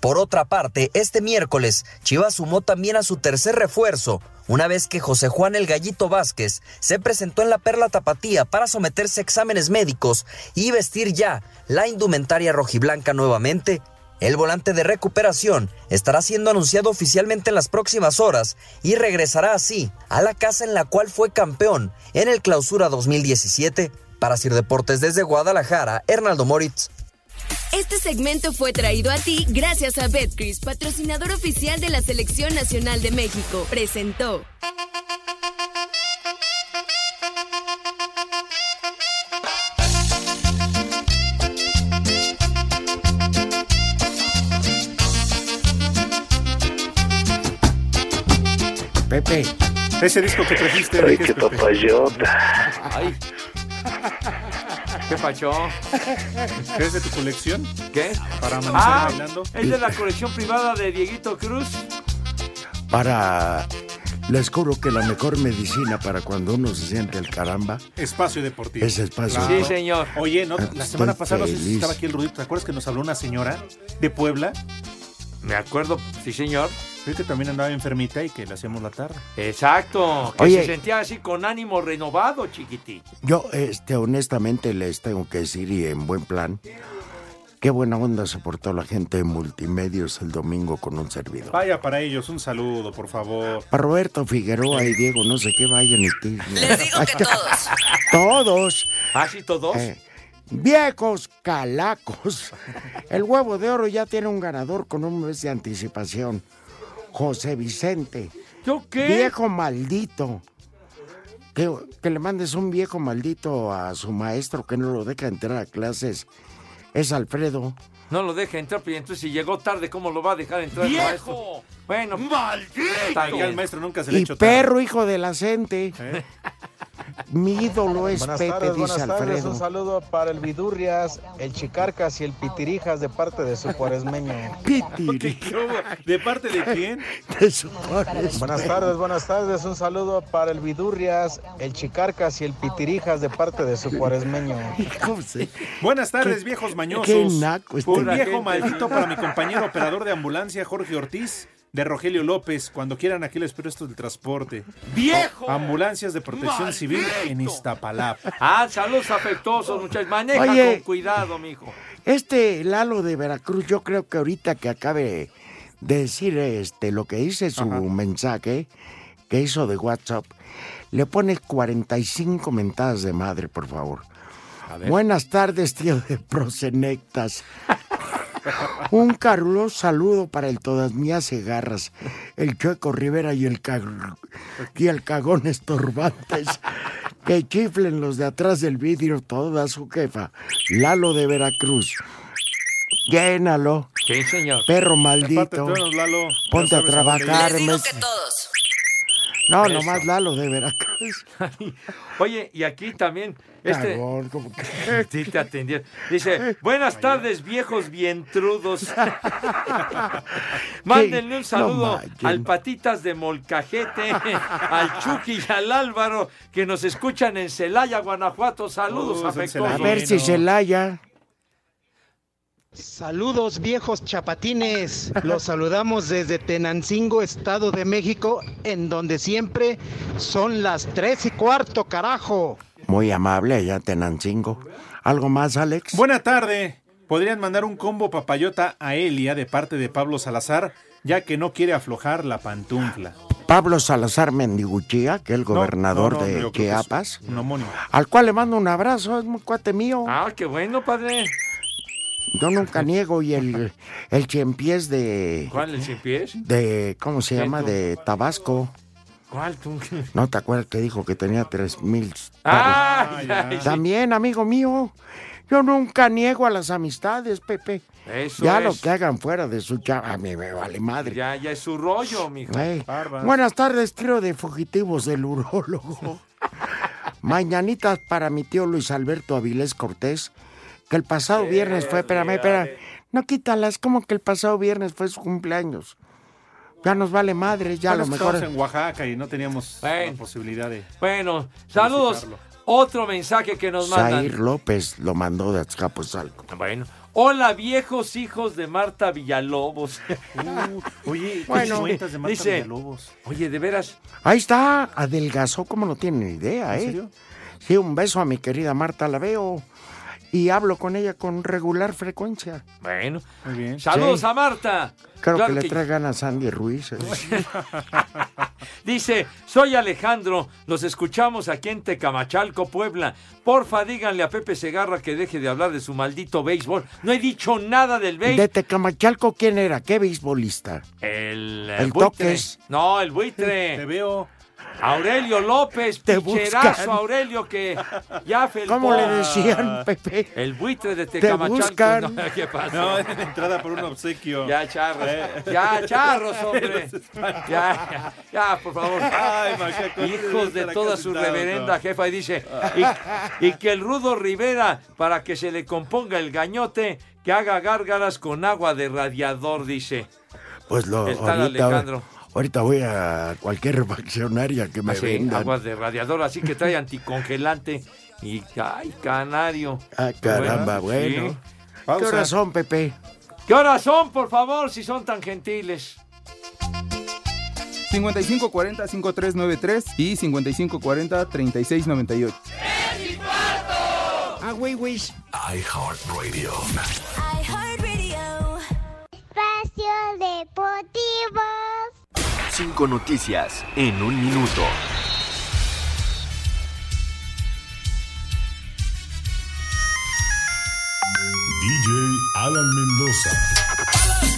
Por otra parte, este miércoles, Chivas sumó también a su tercer refuerzo, una vez que José Juan el Gallito Vázquez se presentó en la Perla Tapatía para someterse a exámenes médicos y vestir ya la indumentaria rojiblanca nuevamente. El volante de recuperación estará siendo anunciado oficialmente en las próximas horas y regresará así a la casa en la cual fue campeón en el Clausura 2017. Para Sir Deportes desde Guadalajara, Hernaldo Moritz. Este segmento fue traído a ti gracias a Betcris, patrocinador oficial de la Selección Nacional de México. Presentó. Pepe. Ese disco que trajiste. Soy ¿de qué es, Pepe? papayota. Ay. ¿Qué pacho? ¿Es de tu colección? ¿Qué? Para amanecer Ah, bailando. es de la colección privada de Dieguito Cruz. Para. Les juro que la mejor medicina para cuando uno se siente el caramba. Espacio deportivo. Es espacio Claro. deportivo. Sí, señor. Oye, ¿no? la Estoy semana pasada no sé si feliz. estaba aquí el Rudito. ¿Te acuerdas que nos habló una señora de Puebla? Me acuerdo, sí, señor. Creo que también andaba enfermita y que le hacíamos la tarde. Exacto. Que Oye. se sentía así con ánimo renovado, chiquití. Yo, este, honestamente les tengo que decir, y en buen plan, qué buena onda se portó la gente de multimedios el domingo con un servidor. Vaya para ellos, un saludo, por favor. Para Roberto Figueroa y Diego, no sé qué vayan y ti- Les digo que todos. todos. ¿Así Ah, todos? Eh, viejos calacos. El huevo de oro ya tiene un ganador con un mes de anticipación. José Vicente. ¿Yo qué? Viejo maldito. Que, que le mandes un viejo maldito a su maestro que no lo deja entrar a clases. Es Alfredo. No lo deja entrar, pero entonces si llegó tarde, ¿cómo lo va a dejar entrar? el ¡Viejo! maestro? Bueno. ¡Maldito! Ya Está el bien. maestro nunca se le Y echó tarde. perro hijo de la gente. ¿Eh? Mi ídolo es Buenas Pepe, tardes, dice buenas tardes. Alfredo. Un saludo para el Vidurrias, el Chicarcas y el Pitirijas de parte de su cuaresmeño. Pitiri. ¿De parte de quién? De su cuaresmeño. Buenas tardes, buenas tardes. Un saludo para el Vidurrias, el Chicarcas y el Pitirijas de parte de su cuaresmeño. Buenas tardes, viejos mañosos. qué naco este Un hombre. viejo maldito para mi compañero operador de ambulancia, Jorge Ortiz, de Rogelio López. Cuando quieran, aquí les presto el transporte. ¡Viejo! Ambulancias de protección civil en Iztapalapa. Ah, saludos afectuosos, muchachos. Maneja Oye. con cuidado, mijo. Este Lalo de Veracruz, yo creo que ahorita que acabe de decir este lo que dice su mensaje que hizo de WhatsApp, le pones 45 mentadas de madre, por favor. Buenas tardes, tío de Prosenectas. Un caruloso saludo para el Todas Mías Cegarras, el Chueco Rivera y el, Cag- y el Cagón Estorbantes. Que chiflen los de atrás del vidrio toda su jefa. Lalo de Veracruz. Llénalo. Sí, señor. Perro maldito. Aparte, tú, Lalo, ya Ponte a sabes dónde ir. trabajar. Les digo mes- que todos. No, Eso. nomás Lalo de Veracruz. Oye, y aquí también. Este, Cagón, como que- Sí, te atendieron. Dice, buenas tardes, viejos vientrudos. Mándenle un No saludo manches. al Patitas de Molcajete, al Chucky y al Álvaro, que nos escuchan en Celaya, Guanajuato. Saludos, Oh, es en afectuosos. A ver si se laya. Saludos viejos chapatines, los saludamos desde Tenancingo, Estado de México, en donde siempre son las tres y cuarto, carajo. Muy amable allá Tenancingo. ¿Algo más, Alex? Buena tarde. Podrían mandar un combo papayota a Elia de parte de Pablo Salazar, ya que no quiere aflojar la pantufla. Pablo Salazar Mendiguchía, que es el gobernador no, no, de yo creo que pues es Chiapas, un homónimo. al cual le mando un abrazo, es muy cuate mío. Ah, qué bueno, padre. Yo nunca niego y el, el Chiempiés de, ¿Cuál, el sin pies? de, ¿cómo se ¿Qué, llama? tú? De Tabasco. ¿Cuál, tú? ¿No te acuerdas que dijo que tenía tres mil? Ah, ya, ya. También, amigo mío, yo nunca niego a las amistades, Pepe. Eso ya es. lo que hagan fuera de su chava, a mí me vale madre. Ya, ya es su rollo, mijo. Ey, Bárbaro. Buenas tardes, tiro de fugitivos del urólogo. Mañanitas para mi tío Luis Alberto Avilés Cortés, que el pasado viernes fue, espérame, espérame, no quítalas, como que el pasado viernes fue su cumpleaños. Ya nos vale madre, ya a Bueno, lo es que mejor. Estábamos en Oaxaca y no teníamos la posibilidad de. Bueno, saludos. Otro mensaje que nos mandan. Zair López lo mandó de Azcapotzalco. Bueno. Hola, viejos hijos de Marta Villalobos. Uh, oye, Bueno. cuentas de Marta Villalobos? Oye, de veras, Ahí está, adelgazó como no tienen idea, ¿eh? Sí, un beso a mi querida Marta, la veo. y hablo con ella con regular frecuencia. Bueno, saludos Sí. a Marta. Claro, Claro que, que- le traigan a Sandy Ruiz. eh. Dice, soy Alejandro, los escuchamos aquí en Tecamachalco, Puebla. Porfa, díganle a Pepe Segarra que deje de hablar de su maldito béisbol. No he dicho nada del De béisbol. Tecamachalco, ¿quién era? ¿Qué beisbolista? El, El buitre. Toques. No, el buitre. Te veo. Aurelio López, Te picherazo buscan. Aurelio que ya felpó. Ah. ¿Cómo le decían, Pepe? El buitre de Te Tecamachalco. buscan. No, ¿Qué pasa? No, es la entrada por un obsequio. Eh. Ya, charros. Ya, charros, hombre. Ya, ya, ya, por favor. Ay, macaco, Hijos de estar acá toda su sentado, reverenda no. jefa. Y dice, y, y que el Rudo Rivera, para que se le componga el gañote, que haga gárgaras con agua de radiador, dice. Pues lo El tal Alejandro. ahorita, ahorita voy a cualquier refaccionaria que me Así, vendan. aguas de radiador, así que trae anticongelante. Y, ay, canario. Ah, caramba, bueno. sí. ¿Qué horas son, Pepe? ¿Qué horas son, por favor, si son tan gentiles? 5540-5393 y 5540-3698. Ah, güey, güey. iHeartRadio. Espacio Deportivo. Cinco noticias en un minuto. DJ Alan Mendoza.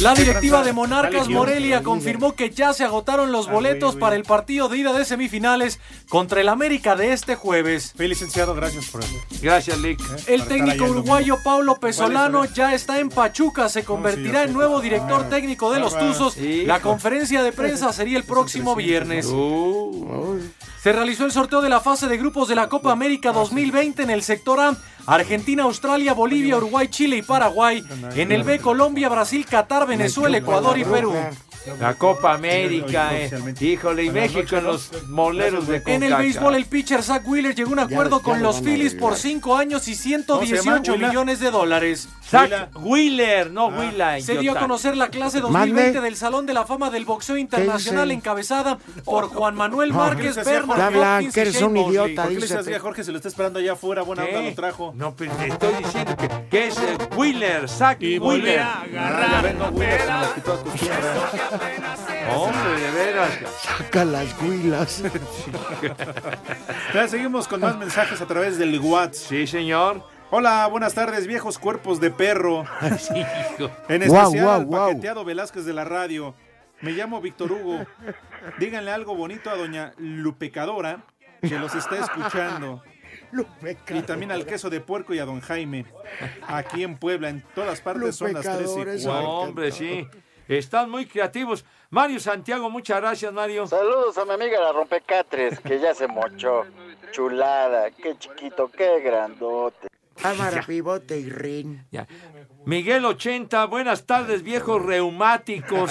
La directiva de Monarcas Morelia confirmó que ya se agotaron los boletos para el partido de ida de semifinales contra el América de este jueves. Feliz licenciado, gracias por ¿Eh? eso. Gracias, Lick. El técnico uruguayo Pablo Pesolano ya está en Pachuca, se convertirá en nuevo director técnico de los Tuzos. La conferencia de prensa sería el próximo viernes. Uh. Se realizó el sorteo de la fase de grupos de la Copa América 2020 en el sector A. Argentina, Australia, Bolivia, Uruguay, Chile y Paraguay. En el B, Colombia, Brasil, Qatar, Venezuela, Ecuador y Perú. La Copa América, eh. híjole, y México en los moleros de En el CONCACAF. béisbol, el pitcher Zach Wheeler llegó a un acuerdo con los Phillies por 5 años y ¿Cómo se 118 llama? millones de dólares. Zach Wheeler, no Ah. Wheeler. Se dio a idiota. conocer la clase Mande. 2020 del Salón de la Fama del Boxeo Internacional dice? encabezada por Juan Manuel No. Márquez, ¿Qué les hacía Bernard Jorge? Hopkins y Shane Mosley. ¿Por qué le hacía Jorge? Se lo está esperando allá afuera. Buena onda lo trajo. No, pero te estoy diciendo que, que es eh, Wheeler, Zach Wheeler. Ah, Hombre, de veras. Saca las huilas. Ya, seguimos con más mensajes a través del WhatsApp. Sí, señor. Hola, buenas tardes, viejos cuerpos de perro. En Guau, especial guau, al guau. paqueteado Velázquez de la radio. Me llamo Víctor Hugo. Díganle algo bonito a doña Lupecadora, que los está escuchando. Y también al queso de puerco y a don Jaime. Aquí en Puebla, en todas partes son las tres y No, cuarto. hombre, sí. Están muy creativos. Mario Santiago, muchas gracias, Mario. Saludos a mi amiga la rompecatres, que ya se mochó. Chulada, qué chiquito, qué grandote. Cámara, pivote y rin. Miguel 80, buenas tardes, viejos reumáticos.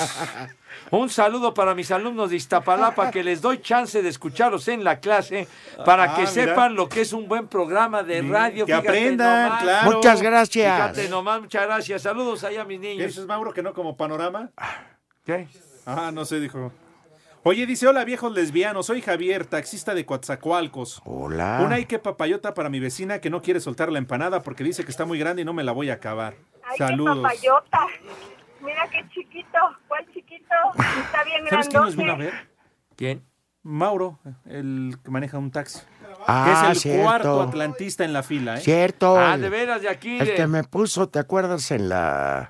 Un saludo para mis alumnos de Iztapalapa que les doy chance de escucharos en la clase para Ah, que mira. sepan lo que es un buen programa de radio. que Fíjate aprendan, claro. Muchas gracias. Fíjate nomás, muchas gracias. Saludos allá a mis ¿Qué niños. dices, Mauro, que no como panorama? ¿Qué? Ah, no sé, dijo. Oye, dice, hola viejos lesbianos, soy Javier, taxista de Coatzacoalcos. Hola. Una y que papayota para mi vecina que no quiere soltar la empanada porque dice que está muy grande y no me la voy a acabar. Ay, qué Saludos. papayota. Mira qué chiquito. ¿Cuál chiquito? Está bien ¿Sabes quién nos grandote. vino a ver? ¿Quién? Mauro, el que maneja un taxi. Ah, que es el cierto. cuarto atlantista en la fila, ¿eh? Cierto. Ah, de veras, de aquí. El de- que me puso, ¿te acuerdas en la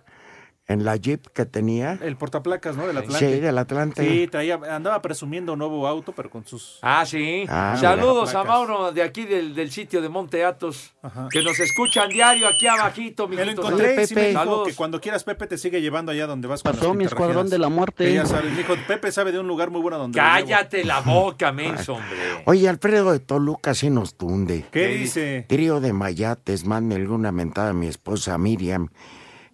en la Jeep que tenía? El portaplacas, ¿no? Del Sí, Atlante. del Atlante. Sí, traía, andaba presumiendo nuevo auto, pero con sus... Ah, sí. Ah, Saludos mira. a Mauro de aquí del, del sitio de Monte Atos, Ajá. que nos escuchan diario aquí abajito, Me lo mijitos. encontré y sí me dijo Saludos. que cuando quieras Pepe te sigue llevando allá donde vas con Pasó las mi escuadrón pintarrajeadas. de la muerte. Que ya sabes, me dijo, Pepe sabe de un lugar muy bueno donde lo llevo". Cállate la boca, menso, hombre. Oye, Alfredo de Toluca sí nos tunde. ¿Qué dice? Trío de mayates, mándenle una mentada a mi esposa Miriam,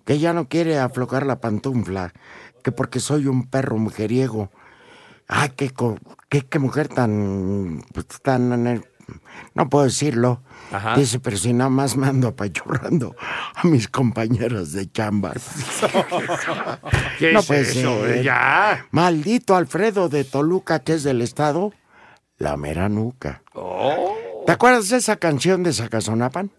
que ya no quiere aflojar la pantufla, que porque soy un perro mujeriego. Ay, qué, co- qué, qué mujer tan, pues, tan eh, no puedo decirlo. Dice, pero si nada más mando apachurrando a mis compañeras de chamba. ¿Qué no es puede eso, ser. eh? Ya. Maldito Alfredo de Toluca, que es del estado, la mera nuca. Oh. ¿Te acuerdas de esa canción de Sacazonapan?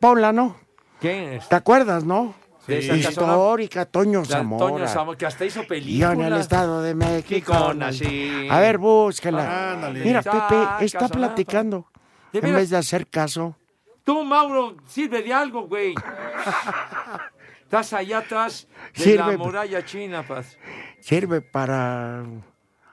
Paula, ¿no? ¿Quién es? ¿Te acuerdas, no? De Sacazonapa- Histórica, Toño De Zamora. Antonio Zamora, que hasta hizo película. Yo en el Estado de México. México nací. A ver, búscala. Ándale. Mira, Pepe está Sacazonapa. platicando. ¿De En veras? vez de hacer caso. Tú, Mauro, sirve de algo, güey. Estás allá atrás de la Sirve. muralla china, paz. Sirve para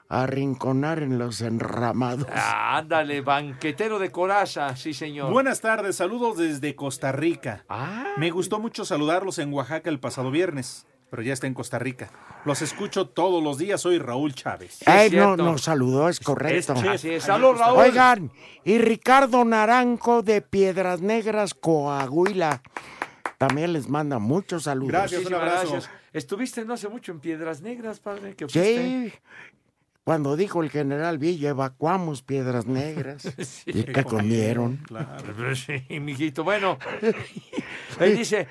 arrinconar en los enramados. Ah, Ándale, banquetero de coraza, sí, señor. Buenas tardes, saludos desde Costa Rica. Ah. Me gustó mucho saludarlos en Oaxaca el pasado viernes, pero ya está en Costa Rica. Los escucho todos los días, soy Raúl Chávez. Ay, no, nos saludó, es correcto. es- así es. Salud, Raúl. Oigan, y Ricardo Naranjo de Piedras Negras, Coahuila. También les manda muchos saludos. Muchísimas gracias. Estuviste no hace mucho en Piedras Negras, padre, que fuiste. Sí. Cuando dijo el general Villa, evacuamos Piedras Negras. Sí. Y que comieron. Sí, mijito, bueno. Él dice,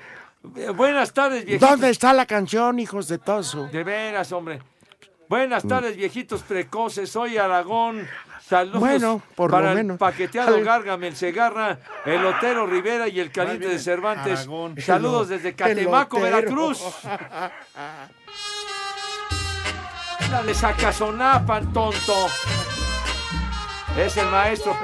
buenas tardes, viejitos. ¿Dónde está la canción, hijos de Toso? De veras, hombre. Buenas Mm. tardes, viejitos precoces. Soy Aragón. Saludos Bueno, por lo para el menos. paqueteado Ay. Gárgame, el Segarra, el Otero Rivera y el Caliente de Cervantes. Aragón. Saludos El- desde Catemaco, el Otero. Veracruz. De Sacazonapan, tonto. Es el maestro.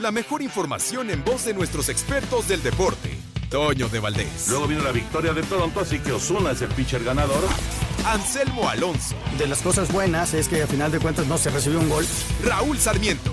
La mejor información en voz de nuestros expertos del deporte. Toño de Valdés. Luego vino la victoria de Toronto, así que Osuna es el pitcher ganador. Anselmo Alonso. De las cosas buenas es que a final de cuentas no se recibió un gol. Raúl Sarmiento.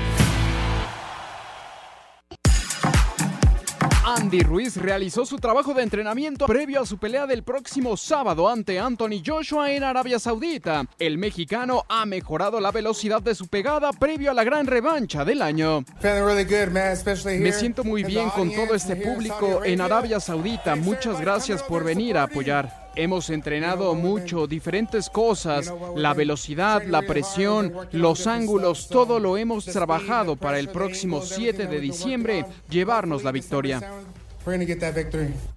Andy Ruiz realizó su trabajo de entrenamiento previo a su pelea del próximo sábado ante Anthony Joshua en Arabia Saudita. El mexicano ha mejorado la velocidad de su pegada previo a la gran revancha del año. Me siento muy bien con todo este público en Arabia Saudita. Muchas gracias por venir a apoyar. Hemos entrenado mucho, diferentes cosas, la velocidad, la presión, los ángulos, todo lo hemos trabajado para el próximo 7 de diciembre llevarnos la victoria.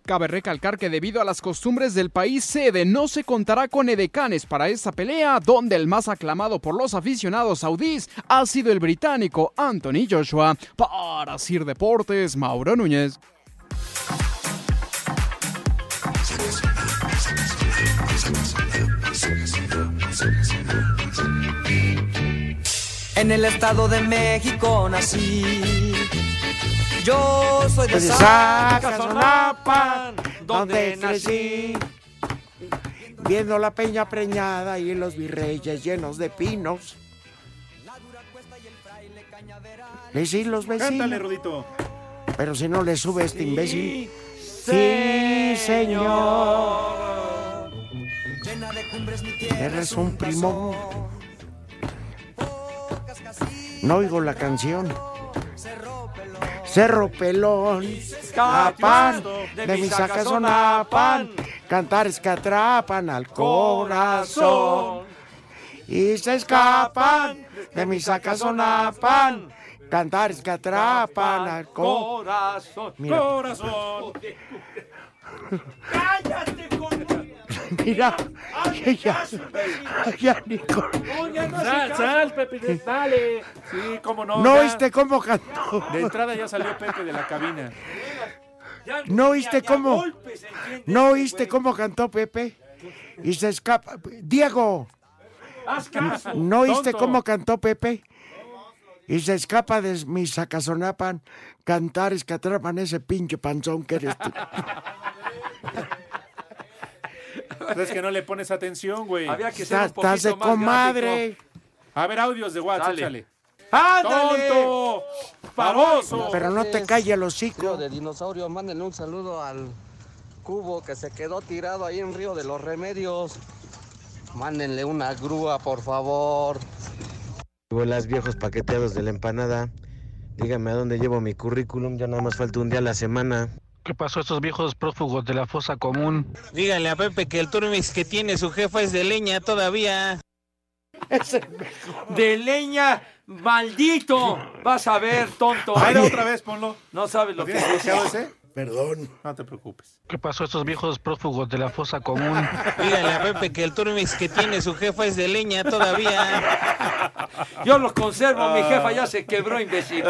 Cabe recalcar que debido a las costumbres del país sede no se contará con edecanes para esta pelea, donde el más aclamado por los aficionados saudíes ha sido el británico Anthony Joshua. Para Sir Deportes, Mauro Núñez. En el estado de México nací. Yo soy de Pues de Sacazonapan, Sacazonapan, donde crecí. Viendo la peña preñada y los virreyes llenos de pinos. Y sí, los vecinos. Cántale, Rudito. Pero si no le sube este imbécil. Sí, señor. Eres un primo. No oigo la canción. Cerro Pelón, Apán, de mi sacazonapan, cantares que atrapan al corazón. Y se escapan de mi sacazonapan, cantares que atrapan al corazón. Corazón, Mira. corazón. ¡Cállate, con... Mira, que ya, ya ni con- Sal, sal, Pepe, dale. Sí, cómo no. No ya. oíste cómo cantó. De entrada ya salió Pepe de la cabina. No oíste cómo. No oíste cómo cantó Pepe. Y se escapa. Diego, ¡Haz caso! ¿no oíste tonto. cómo cantó Pepe? Y se escapa de mi sacazonapan cantares que atrapan ese pinche panzón que eres tú. Pues Es que no le pones atención, güey. Había que ser un Estás- estás de poquito más comadre. gráfico. A ver, audios de WhatsApp, Dale. chale. ¡Ándale! ¡Tonto! ¡Paroso! Pero no te calles los hocico. de dinosaurio, mándenle un saludo al cubo que se quedó tirado ahí en Río de los Remedios. Mándenle una grúa, por favor. Buenas viejos paqueteados de la empanada. Dígame a dónde llevo mi currículum, ya nada más falta un día a la semana. ¿Qué pasó a estos viejos prófugos de la fosa común? Díganle a Pepe que el turmis que tiene su jefa es de leña todavía. De leña, maldito. Vas a ver, tonto. A ver, otra vez, ponlo. No sabes lo que ¿Tienes es. bloqueado ese? Perdón. No te preocupes. ¿Qué pasó a estos viejos prófugos de la fosa común? Díganle a Pepe que el turmis que tiene su jefa es de leña todavía. Yo los conservo, mi jefa ya se quebró, imbécil.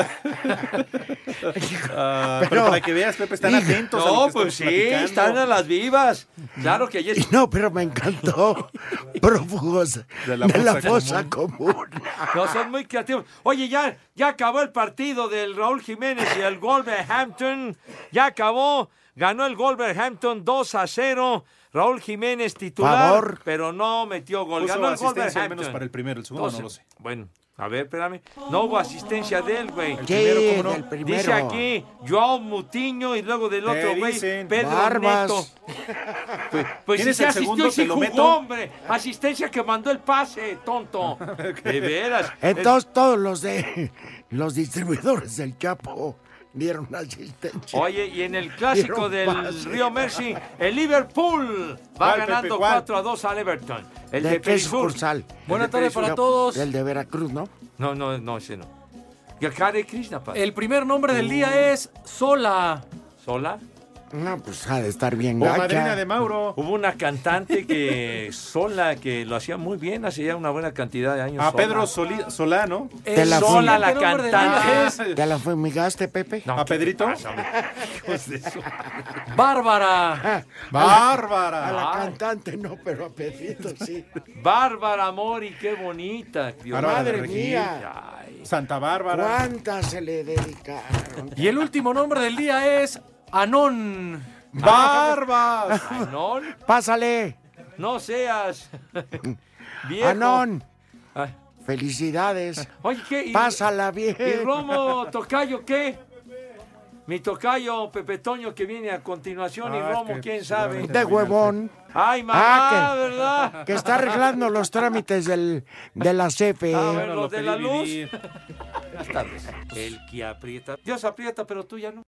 Ah, pero, para que veas, Pepe, están atentos. a lo No, que pues sí, estamos platicando. están a las vivas. Claro que ayer. No, pero me encantó. Prófugos de la, fosa común. No, son muy creativos. Oye, ya, ya acabó el partido del Raúl Jiménez y el Wolverhampton. Ya acabó. Ganó el Wolverhampton 2 a 0. Raúl Jiménez titular, Favor. pero no metió gol. Puso Ganó el asistencia al Wolverhampton. menos para el primero, el segundo no lo sé. Bueno, a ver, espérame. No hubo asistencia de él, güey. Sí, primero, ¿cómo no? del primero. Dice aquí Joao Mutiño y luego del Te otro güey, dicen. Pedro Barbas. Neto. Pues, pues si ¿Quieres se el asistió segundo? y sí Te lo jugó, meto. hombre. Asistencia que mandó el pase, tonto. De veras. Entonces todos los de los distribuidores del Chapo dieron asistencia. Oye, y en el clásico Dieron del pase. Río Mercy, el Liverpool va ¿Cuál, Pepe, ganando cuál? 4 a 2 al Everton. El de, ¿De qué Perisur. sucursal? El Buenas de tardes Perisur. para todos. El de Veracruz, ¿no? No, no, no, ese no. Y acá de Krishna, padre. Uh, El primer nombre del día es Sola. ¿Sola? No, pues ha de estar bien Oh, O gacha. madrina de Mauro. Hubo una cantante que sola, que lo hacía muy bien, hacía ya una buena cantidad de años. A sola. Pedro Solí- Solá, ¿no? Te la sola fui- la cantante. Ah, ¿Te la fumigaste, Pepe? ¿A Pedrito? Bárbara. Bárbara. Ah, A la Ay. cantante no, pero a Pedrito sí. Bárbara Mori, qué bonita. Dios Bárbara de mío. Regil. mía. Santa Bárbara. ¿Cuántas se le dedicaron? Y el último nombre del día es Anón. Barbas. Anón, Pásale, no seas. Viejo. Anón. Felicidades. Oye, ¿qué? ¿Y- Pásala bien. ¿Y Romo Tocayo qué? Mi tocayo Pepe Toño que viene a continuación y Ah, es Romo, que quién sabe. De huevón. Ay, mamá, Ah, que- ¿verdad? Que está arreglando los trámites del, de la E. CFE. Ah, bueno, los de la luz. dividir. Buenas tardes. El que aprieta. Dios aprieta, pero tú ya no.